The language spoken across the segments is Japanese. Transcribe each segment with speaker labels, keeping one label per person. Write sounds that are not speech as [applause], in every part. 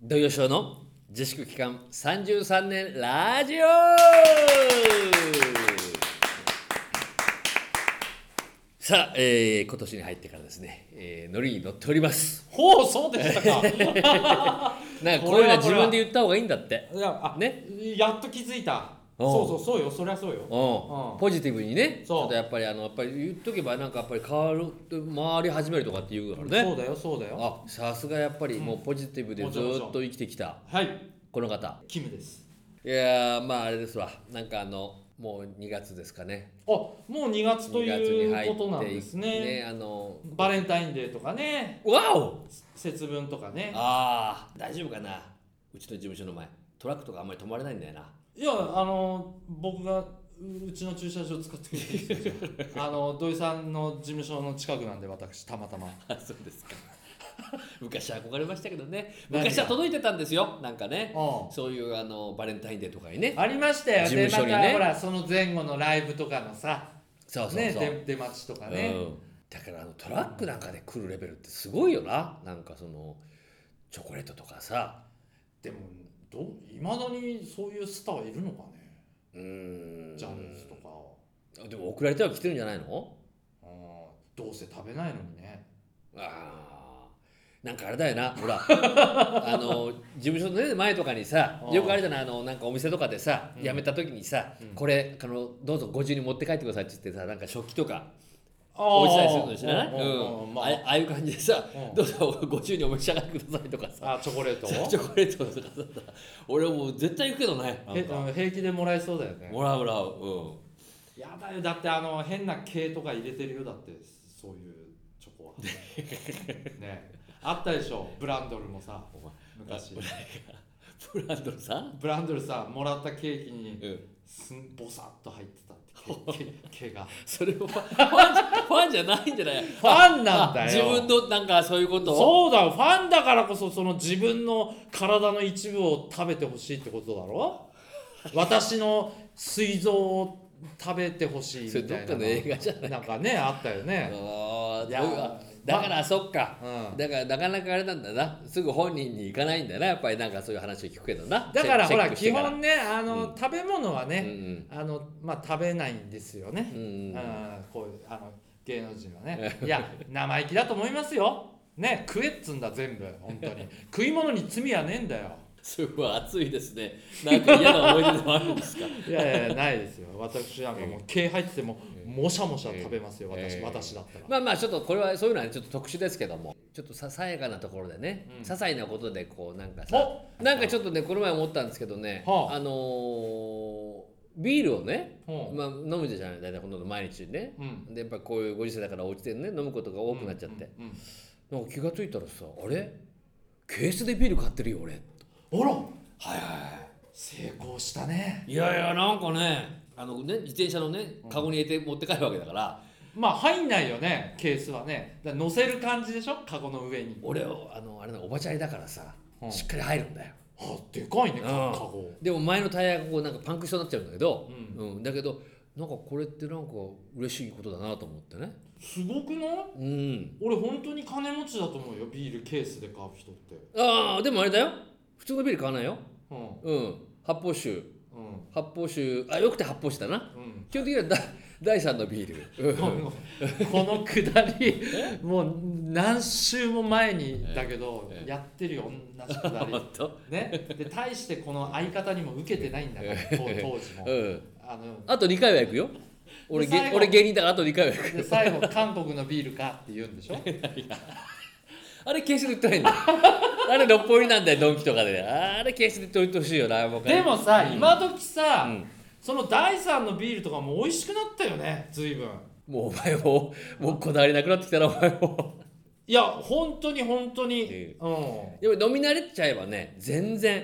Speaker 1: 土曜ショーの自粛期間33年ラジオさあ、えー今年に入ってからですね、えー、ノリに乗っております
Speaker 2: ほうそうでした [laughs] か
Speaker 1: なんかこ
Speaker 2: こ
Speaker 1: うい
Speaker 2: れ
Speaker 1: うのは
Speaker 2: は
Speaker 1: 自分で言った方がいいんだって
Speaker 2: いやあ
Speaker 1: ね
Speaker 2: やっと気づいた
Speaker 1: おう
Speaker 2: そうそうそうよそりゃそうよ
Speaker 1: うん
Speaker 2: うん
Speaker 1: ポジティブにねち
Speaker 2: そう
Speaker 1: ょっとやっぱりあのやっぱり言っとけばなんかやっぱり変わる回り始めるとかって言うから
Speaker 2: そ
Speaker 1: ね
Speaker 2: うだよそうだよ
Speaker 1: あさすがやっぱりもうポジティブでずーっと生きてきた
Speaker 2: はい
Speaker 1: この方
Speaker 2: キムです
Speaker 1: いやーまああれですわなんかあのもう2月ですかね
Speaker 2: あもう2月と
Speaker 1: 2月に入
Speaker 2: い
Speaker 1: っ
Speaker 2: うことなんです
Speaker 1: て
Speaker 2: ね
Speaker 1: ねあの
Speaker 2: バレンタインデーとかね
Speaker 1: わお
Speaker 2: 節分とかね
Speaker 1: あー大丈夫かなうちの事務所の前トラックとかあんまり止まれないんだよない [laughs]
Speaker 2: やあの僕がううちの駐車場使ってくれてるん
Speaker 1: [laughs]
Speaker 2: ですよあの土井さんの事務所の近くなんで私たまたま
Speaker 1: あそうですか [laughs] 昔は憧れましたけどね
Speaker 2: 何が
Speaker 1: 昔は届いてたんですよなんかね
Speaker 2: うん
Speaker 1: そういうあのバレンタインデーとかにね
Speaker 2: ありましたよ
Speaker 1: 事
Speaker 2: で
Speaker 1: 務
Speaker 2: ま
Speaker 1: 所にね
Speaker 2: たほらその前後のライブとかのさ
Speaker 1: そうそうそう、
Speaker 2: ね出出待ちとかね、
Speaker 1: うん、だからあのトラックなんかで来るレベルってすごいよななんかそのチョコレートとかさ
Speaker 2: でもどいまだにそういうスターはいるのかね
Speaker 1: うーん
Speaker 2: ジャニーズとか、
Speaker 1: でも送られては来てるんじゃないの
Speaker 2: あーどうせ食べないのにね
Speaker 1: あーなんかあれだ
Speaker 2: [laughs]
Speaker 1: よなほらあの事務所の、ね、前とかにさ
Speaker 2: あー
Speaker 1: よくあれじゃないあのなんかお店とかでさ、
Speaker 2: うん
Speaker 1: 辞めた時にさ、
Speaker 2: うん
Speaker 1: これあのどうぞご自由に持って帰ってくださいって言ってさなんか食器とか
Speaker 2: あ
Speaker 1: 置いてたりするの知らない
Speaker 2: あー
Speaker 1: うん
Speaker 2: ま
Speaker 1: あれああいう感じでさ、
Speaker 2: うん
Speaker 1: どうぞご自由にお召し上がりくださいとかさ
Speaker 2: ああチョコレート
Speaker 1: [laughs] チョコレートとかさ俺もう絶対行くけどねなん
Speaker 2: へ
Speaker 1: か
Speaker 2: うん平気でもらえそうだよね
Speaker 1: もらうもらううん
Speaker 2: やだよだってあの変な毛とか入れてるよだってそういうチョコは
Speaker 1: [laughs]
Speaker 2: ねあったでしょブランドルもさ
Speaker 1: お前
Speaker 2: 昔
Speaker 1: ブランドルさん、
Speaker 2: ブランドルさもらったケーキに
Speaker 1: うん、
Speaker 2: すんぼさっと入ってたって毛毛
Speaker 1: [laughs]
Speaker 2: 毛が
Speaker 1: それはファンじゃファンじゃないんじゃない
Speaker 2: ファンなんだよ
Speaker 1: あ自分のなんかそういうことを
Speaker 2: そうだよファンだからこそその自分の体の一部を食べてほしいってことだろ私の膵臓を食べてほしいみたいな
Speaker 1: それどっかの映画じゃ
Speaker 2: ないなんかねあったよね
Speaker 1: あー
Speaker 2: いや
Speaker 1: どういうわだから、そっか、
Speaker 2: うん
Speaker 1: だからなかなかあれなんだなすぐ本人に行かないんだなやっぱりなんかそういう話を聞くけどな
Speaker 2: だから
Speaker 1: チ
Speaker 2: ほ
Speaker 1: ェチェッ
Speaker 2: ら
Speaker 1: クし
Speaker 2: 基
Speaker 1: てから
Speaker 2: 本ねあの、食べ物は
Speaker 1: うん
Speaker 2: ね、あのまあ食べないんですよね、
Speaker 1: うんうんうん
Speaker 2: うんこういうあの芸能人はねいや生意気だと思いますよね食えっつんだ全部本当
Speaker 1: [laughs]
Speaker 2: に食い物に罪はねえんだよ
Speaker 1: すごい暑いですねなんか嫌な思い出でもあるんです
Speaker 2: [laughs]
Speaker 1: か
Speaker 2: いやいやないですよ私なんかもう毛入っててももしゃもしゃ食べますよ
Speaker 1: え
Speaker 2: 私
Speaker 1: え
Speaker 2: 私だったら
Speaker 1: まあまあちょっとこれはそういうのはちょっと特殊ですけどもちょっとささやかなところでね、
Speaker 2: うん
Speaker 1: 些細なことでこうなんかさなんかちょっとねこの前思ったんですけどね、
Speaker 2: はあ
Speaker 1: あのービールをね、
Speaker 2: ほう
Speaker 1: まあ、飲むじゃない大体ほとんど毎日ね、
Speaker 2: うん
Speaker 1: でやっぱこういうご時世だからお家でね飲むことが多くなっちゃって、
Speaker 2: うん
Speaker 1: なんか気が付いたらさあれケースでビール買ってるよ俺
Speaker 2: うんあら
Speaker 1: はいは
Speaker 2: 成功したね
Speaker 1: いいやいやなんかねあのね自転車のねカゴに入れて持って帰るわけだから、
Speaker 2: まあ入んないよねケースはねだから乗せる感じでしょカゴの上に
Speaker 1: 俺をあのあれだおばちゃんだからさ、
Speaker 2: うん
Speaker 1: しっかり入るんだよ
Speaker 2: あでかいね
Speaker 1: うん
Speaker 2: カゴ
Speaker 1: でも前のタイヤがこうなんかパンクしそうになっちゃうんだけど、
Speaker 2: う
Speaker 1: うんだけどなんかこれってなんか嬉しいことだなと思ってね
Speaker 2: すごくない
Speaker 1: うん
Speaker 2: 俺本当に金持ちだと思うよビールケースで買う人って
Speaker 1: ああでもあれだよ普通のビール買わないよ
Speaker 2: うんう
Speaker 1: うん発泡酒
Speaker 2: ん
Speaker 1: 発泡酒あよくて発泡酒だな
Speaker 2: うん
Speaker 1: 基本的にはだ第3のビール、うん
Speaker 2: このくだりもう何週も前にだけど
Speaker 1: ええ
Speaker 2: やってるよ同じくだり
Speaker 1: 本当 [laughs]
Speaker 2: ね、で対してこの相方にも受けてないんだから当当時も
Speaker 1: うん
Speaker 2: あの
Speaker 1: あと2回は行くよ俺
Speaker 2: で最
Speaker 1: げ
Speaker 2: 後
Speaker 1: 俺芸人だからあと2回は行く [laughs]
Speaker 2: で最後韓国のビールかって言うんでしょ
Speaker 1: あれケースで売ってないんだよあれ六本木なんだよドンキとかであれケースで売ってほしいよなもう一回
Speaker 2: でもさ今時さ、
Speaker 1: うん
Speaker 2: その第三のビールとかも美味しくなったよね随分
Speaker 1: もうお前ももうこだわりなくなってきたなお前も
Speaker 2: いや本当に本当に、
Speaker 1: え
Speaker 2: うん
Speaker 1: でも飲み慣れちゃえばね全然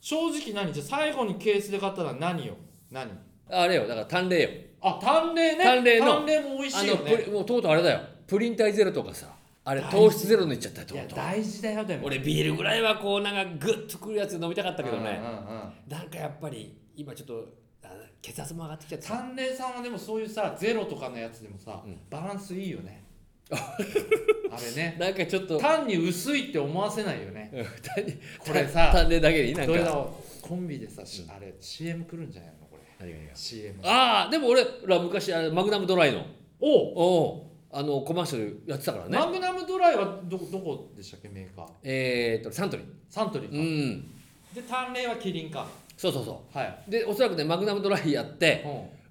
Speaker 2: 正直何じゃあ最後にケースで買ったら何よ何
Speaker 1: あれよだから淡麗よ
Speaker 2: あ淡麗ね
Speaker 1: 淡麗の
Speaker 2: も美味
Speaker 1: あ
Speaker 2: しいよ
Speaker 1: のプ
Speaker 2: ね
Speaker 1: リもうとうとうあれだよプリン体ゼロとかさあれ糖質ゼロにいっちゃったよ
Speaker 2: い
Speaker 1: と
Speaker 2: や
Speaker 1: うとう
Speaker 2: 大事だよでも
Speaker 1: 俺ビールぐらいはこうなんかグッとくるやつ飲みたかったけどね、
Speaker 2: うんうんうん
Speaker 1: なんかやっぱり今ちょっとあ血圧も上がってきちゃった [laughs]
Speaker 2: 淡麗さんはでもそういうさゼロとかのやつでもさ、バランスいいよねあれね
Speaker 1: なんかちょっと
Speaker 2: 単に薄いって思わせないよね
Speaker 1: うん単に
Speaker 2: これさ
Speaker 1: 単でだけになん
Speaker 2: どれだ
Speaker 1: か
Speaker 2: ろうコンビでさ、しあれ CM 来るんじゃないのこれ CM
Speaker 1: ああでも俺ら昔あのマグナムドライの
Speaker 2: お
Speaker 1: おうあのコマーシャルやってたからね
Speaker 2: マグナムドライはどどこでしたっけメーカー
Speaker 1: えー、っとサントリー
Speaker 2: サントリーか、
Speaker 1: うん
Speaker 2: で淡麗はキリンか
Speaker 1: そうそうそ
Speaker 2: はいう
Speaker 1: でおそらくねマグナムドライやって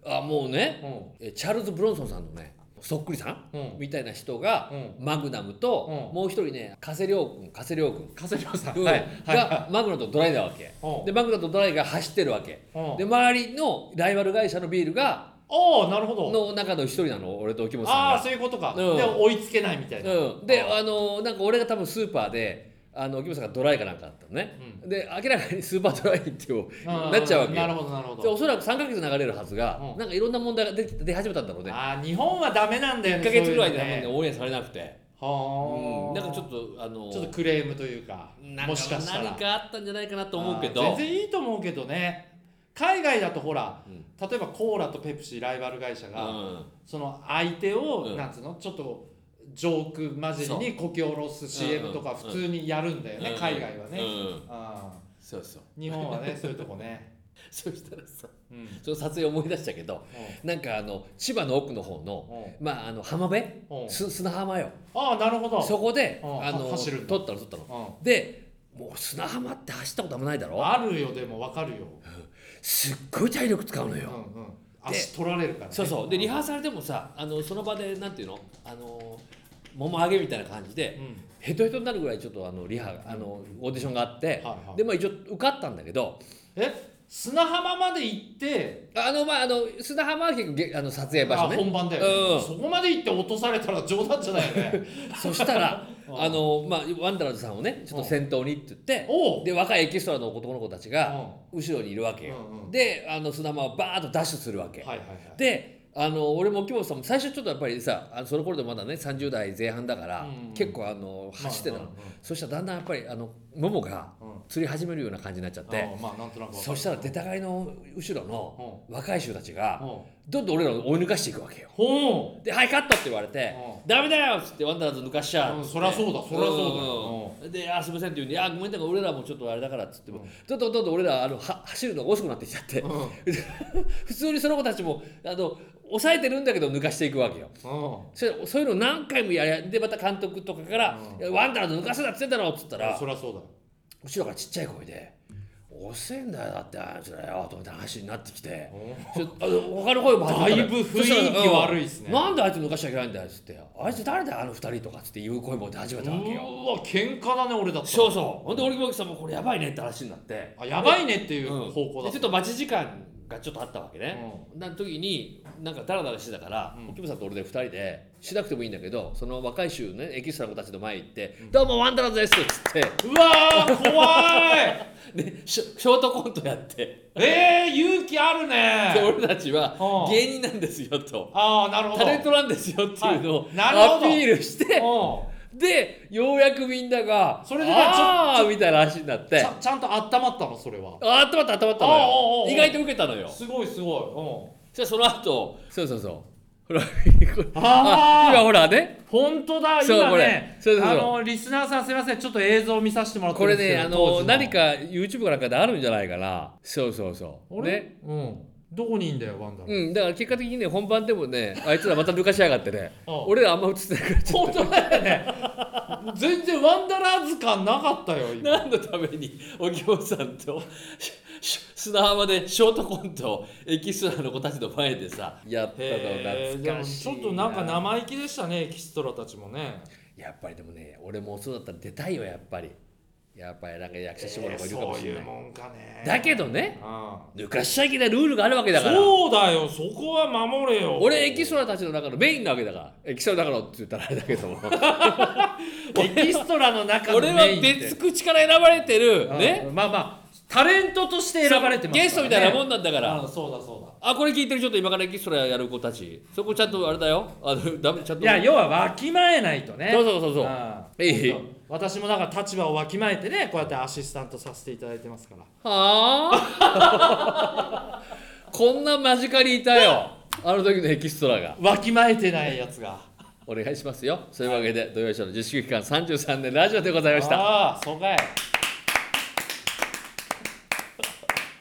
Speaker 2: う
Speaker 1: あもうね
Speaker 2: んうん
Speaker 1: えチャールズ・ブロンソンさんのねそっくりさん
Speaker 2: うん
Speaker 1: みたいな人が、
Speaker 2: うん
Speaker 1: マグナムと、
Speaker 2: うん
Speaker 1: もう一人ね加瀬亮君加瀬亮君
Speaker 2: 笠島さん、
Speaker 1: うん
Speaker 2: はいはい
Speaker 1: がマグナムとドライなわけ
Speaker 2: うん
Speaker 1: でマグナムとドライが走ってるわけ
Speaker 2: うん
Speaker 1: で周りのライバル会社のビールが
Speaker 2: おおなるほど
Speaker 1: の中の一人なの俺と沖本さん
Speaker 2: ああ
Speaker 1: が
Speaker 2: そういうことか、
Speaker 1: うん
Speaker 2: でも追いつけないみたいな、
Speaker 1: うん、であのなんか俺が多分スーパーであの木本さんがドライかなんかだったのね、で明らかにスーパードライっていうなっちゃうわけ
Speaker 2: なる
Speaker 1: よ
Speaker 2: ほどなるほ
Speaker 1: で
Speaker 2: ど
Speaker 1: おそらく3ヶ月流れるはずが、
Speaker 2: うん
Speaker 1: なんかいろんな問題が出て出始めたんだろうね
Speaker 2: ああ日本はダメなんだよ
Speaker 1: 1
Speaker 2: ね
Speaker 1: ヶ月ぐらいで
Speaker 2: そ
Speaker 1: 多
Speaker 2: う
Speaker 1: 分
Speaker 2: う
Speaker 1: ね
Speaker 2: のね
Speaker 1: オンエアされなくて、
Speaker 2: はあ、
Speaker 1: うん、なんかちょっ
Speaker 2: と
Speaker 1: とあの
Speaker 2: ちょっとクレームというか
Speaker 1: なんか
Speaker 2: もしかしたら
Speaker 1: 何かあったんじゃないかなと思うけど
Speaker 2: あー全然いいと思うけどね海外だとほら、
Speaker 1: う
Speaker 2: 例えばコーラとペプシーライバル会社が、
Speaker 1: うん
Speaker 2: その相手を、
Speaker 1: うん
Speaker 2: なんつうのちょっとジョーク混じりにこき下ろす CM とか普通にやるんだよね、
Speaker 1: うん
Speaker 2: 海外はね、
Speaker 1: うん
Speaker 2: あ
Speaker 1: そうそう
Speaker 2: ー日本はねそういうとこ
Speaker 1: [laughs]
Speaker 2: ね、
Speaker 1: そしたらさ
Speaker 2: うん
Speaker 1: その撮影思い出したけどなんかあの千葉の奥の方の、
Speaker 2: うん
Speaker 1: まああの浜辺、
Speaker 2: うん
Speaker 1: す砂浜よ
Speaker 2: ああなるほど
Speaker 1: そこで、
Speaker 2: うん
Speaker 1: あの
Speaker 2: は走るんだ
Speaker 1: 撮ったの撮ったの
Speaker 2: う
Speaker 1: でもう砂浜って走ったことあんまないだ
Speaker 2: ん、
Speaker 1: ろ
Speaker 2: あるよでもわかるよ、
Speaker 1: すっごい体力使うの
Speaker 2: うんう
Speaker 1: よ、
Speaker 2: ん、足取られるから、ね、
Speaker 1: そうそうでリハ
Speaker 2: ー
Speaker 1: ーサルでもさあのその場でなんていうのあのもも上げみたいな感じで、ヘトヘトになるぐらいちょっとあのリハあのオーディションがあって、
Speaker 2: はいはい
Speaker 1: でまあ一応受かったんだけど
Speaker 2: え砂浜まで行って
Speaker 1: あのまああの砂浜は結構げあの撮影場所
Speaker 2: あ
Speaker 1: ね
Speaker 2: 本番だよ、ね
Speaker 1: うん
Speaker 2: そこまで行って落とされたら冗談じゃない
Speaker 1: [laughs]
Speaker 2: よね
Speaker 1: そしたら
Speaker 2: うん
Speaker 1: あの、まあ、ワンダラーズさんをねちょっと先頭にって言って
Speaker 2: おう
Speaker 1: で若いエキストラの男の子たちが後ろにいるわけよ、
Speaker 2: うんうん
Speaker 1: であの砂浜をバーッとダッシュするわけ、
Speaker 2: はいはいはい
Speaker 1: であの俺も木本さんも最初ちょっとやっぱりさあのその頃でまだね30代前半だから、
Speaker 2: うん
Speaker 1: 結構あの走ってたの、
Speaker 2: まあうんうん
Speaker 1: そしたらだんだんやっぱりあのももが
Speaker 2: うん
Speaker 1: 釣り始めるような感じになっちゃって、
Speaker 2: ああまあなんとなくわかる
Speaker 1: そしたら出たがりの後ろの若い衆たち
Speaker 2: うん
Speaker 1: が
Speaker 2: ほ
Speaker 1: どんどん俺らを追い抜かしていくわけよ
Speaker 2: う
Speaker 1: で「はいカット」って言われて
Speaker 2: う
Speaker 1: 「ダメだよ!」っつってワンダラーズ抜かしちゃ
Speaker 2: う
Speaker 1: うんっつって
Speaker 2: そりゃそうだそりゃそうだよ
Speaker 1: うんで「あすいません」って言うんで「あごめんだから俺らもちょっとあれだから」っつって
Speaker 2: うん
Speaker 1: どんどんどんどん俺らあのは走るのが遅くなってきちゃって
Speaker 2: うん
Speaker 1: [laughs] 普通にその子たちもあの抑えてるんだけど抜かしていくわけよ
Speaker 2: う
Speaker 1: それそういうの何回もやりでまた監督とかから「
Speaker 2: う
Speaker 1: ワンダーズ抜かすな」っつってんだろっつった
Speaker 2: ん
Speaker 1: ら
Speaker 2: そりゃそうだよ
Speaker 1: 後ろからちっちゃい声で「遅えんだよだってあいつらよ」と思って話になってきてちょあの他の声も始まった
Speaker 2: だいぶ雰囲気悪いっすね
Speaker 1: そしたらうんなんであいつ抜かしちゃいけないんだよ」っつって「あいつ誰だよあの二人」とかっつって言う声も出始め
Speaker 2: う
Speaker 1: たわけよ
Speaker 2: わ喧嘩だね俺だったら
Speaker 1: そうそうほんで俺もさんもこれやばいねって話になって
Speaker 2: あやばいねっていう
Speaker 1: うん
Speaker 2: 方向だ
Speaker 1: でちょっと待ち時間がちょっとあったわけね、な時になんかダラダラしてたから、
Speaker 2: うん
Speaker 1: おきむさんと俺で2人でしなくてもいいんだけどその若い衆ねエキストラの子たちの前行って「どうもワンダラーズです」っつっ
Speaker 2: うわー怖い [laughs]
Speaker 1: てでショショートコントやって
Speaker 2: えー勇気ある
Speaker 1: で
Speaker 2: ね
Speaker 1: 俺たち
Speaker 2: う
Speaker 1: は
Speaker 2: ん
Speaker 1: 芸人なんですよと
Speaker 2: ああなるほど
Speaker 1: タレントなんですよっていうのを
Speaker 2: はいなる
Speaker 1: ア
Speaker 2: ほど
Speaker 1: ピールして
Speaker 2: う
Speaker 1: でようやくみんなが「
Speaker 2: それでだちょ
Speaker 1: あーみたいな話になっ
Speaker 2: ん
Speaker 1: て
Speaker 2: ちゃちゃんと温まったのそれは
Speaker 1: あ頭った頭ったの
Speaker 2: あーあーあ
Speaker 1: よ
Speaker 2: ー
Speaker 1: 意外と受けたのよ
Speaker 2: すごいすご
Speaker 1: じゃあその後そうそうそうほら [laughs]
Speaker 2: いうんああ
Speaker 1: 今ほらね
Speaker 2: 本当だ
Speaker 1: そう
Speaker 2: 今
Speaker 1: こ
Speaker 2: ね
Speaker 1: れそうそうそう
Speaker 2: あのリスナーさんすいませんちょっと映像見させてもらって
Speaker 1: こ
Speaker 2: るん
Speaker 1: れ
Speaker 2: です
Speaker 1: ね
Speaker 2: けど
Speaker 1: あの
Speaker 2: 当時
Speaker 1: 何か YouTube かなんかであるんじゃないかなそうそうそう
Speaker 2: あれ、
Speaker 1: ね
Speaker 2: うんどこにいんだよワンダー
Speaker 1: うんだから結果的にね本番でもねあいつらまた抜かしやがって
Speaker 2: [laughs]
Speaker 1: ね
Speaker 2: ああ
Speaker 1: 俺らあんま映ってないからちょっ
Speaker 2: 本当だよね全然ワンダラーズ感なかったよ
Speaker 1: と
Speaker 2: 今
Speaker 1: 何のためにお京さんとしし砂浜でショートコントをエキストラの子たちの前でさやった
Speaker 2: へ
Speaker 1: の
Speaker 2: ーで
Speaker 1: 懐
Speaker 2: も
Speaker 1: かしい
Speaker 2: ちょっとなんか生意気でしたねエキストラたちもね
Speaker 1: やっぱりでもね俺もそうだったら出たいよやっぱりやっぱりなんか役者志望の子いるかもしれない、
Speaker 2: えーそういうもんかね
Speaker 1: だけどね
Speaker 2: あ
Speaker 1: 抜かしちゃいけないルールがあるわけ
Speaker 2: あ
Speaker 1: だから
Speaker 2: そうだよそこは守れよ
Speaker 1: 俺エキスト
Speaker 2: ラ
Speaker 1: ラたちの中のメインなわけだからエキストラだからって言ったらあれだけども
Speaker 2: エキストラの中の
Speaker 1: [laughs] 俺は
Speaker 2: メインって
Speaker 1: 別口から選ばれてるね
Speaker 2: うんまあまあタレントとして選ばれてます
Speaker 1: ゲストみたいなもん
Speaker 2: だ
Speaker 1: なんだから
Speaker 2: あそうだそうだ
Speaker 1: あこれ聞いてるちょっと今からエキストラやる子たちそこちゃんとあれだよあのダメちゃんと
Speaker 2: いや要はわきまえないとね
Speaker 1: そうそうそうそう
Speaker 2: ああ
Speaker 1: えい
Speaker 2: 本当私もだから立場をわきまえてねこうやってアシスタントさせていただいてますから
Speaker 1: は [laughs] あこんな間近にいたよあの時のエキストラが
Speaker 2: わきまえてないやつが
Speaker 1: お願いしますよそういうわけで土曜日の自粛期間33年ラジオでございました
Speaker 2: ああそうかい